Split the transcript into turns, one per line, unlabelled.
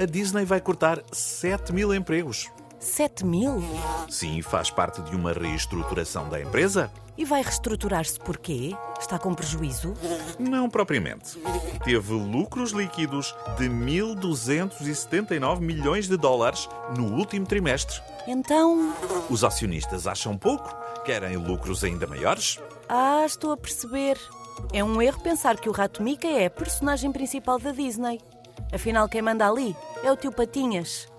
a Disney vai cortar 7 mil empregos.
7 mil?
Sim, faz parte de uma reestruturação da empresa?
E vai reestruturar-se porquê? Está com prejuízo?
Não propriamente. Teve lucros líquidos de 1.279 milhões de dólares no último trimestre.
Então.
Os acionistas acham pouco? Querem lucros ainda maiores?
Ah, estou a perceber. É um erro pensar que o Rato Mica é a personagem principal da Disney. Afinal, quem manda ali é o tio Patinhas.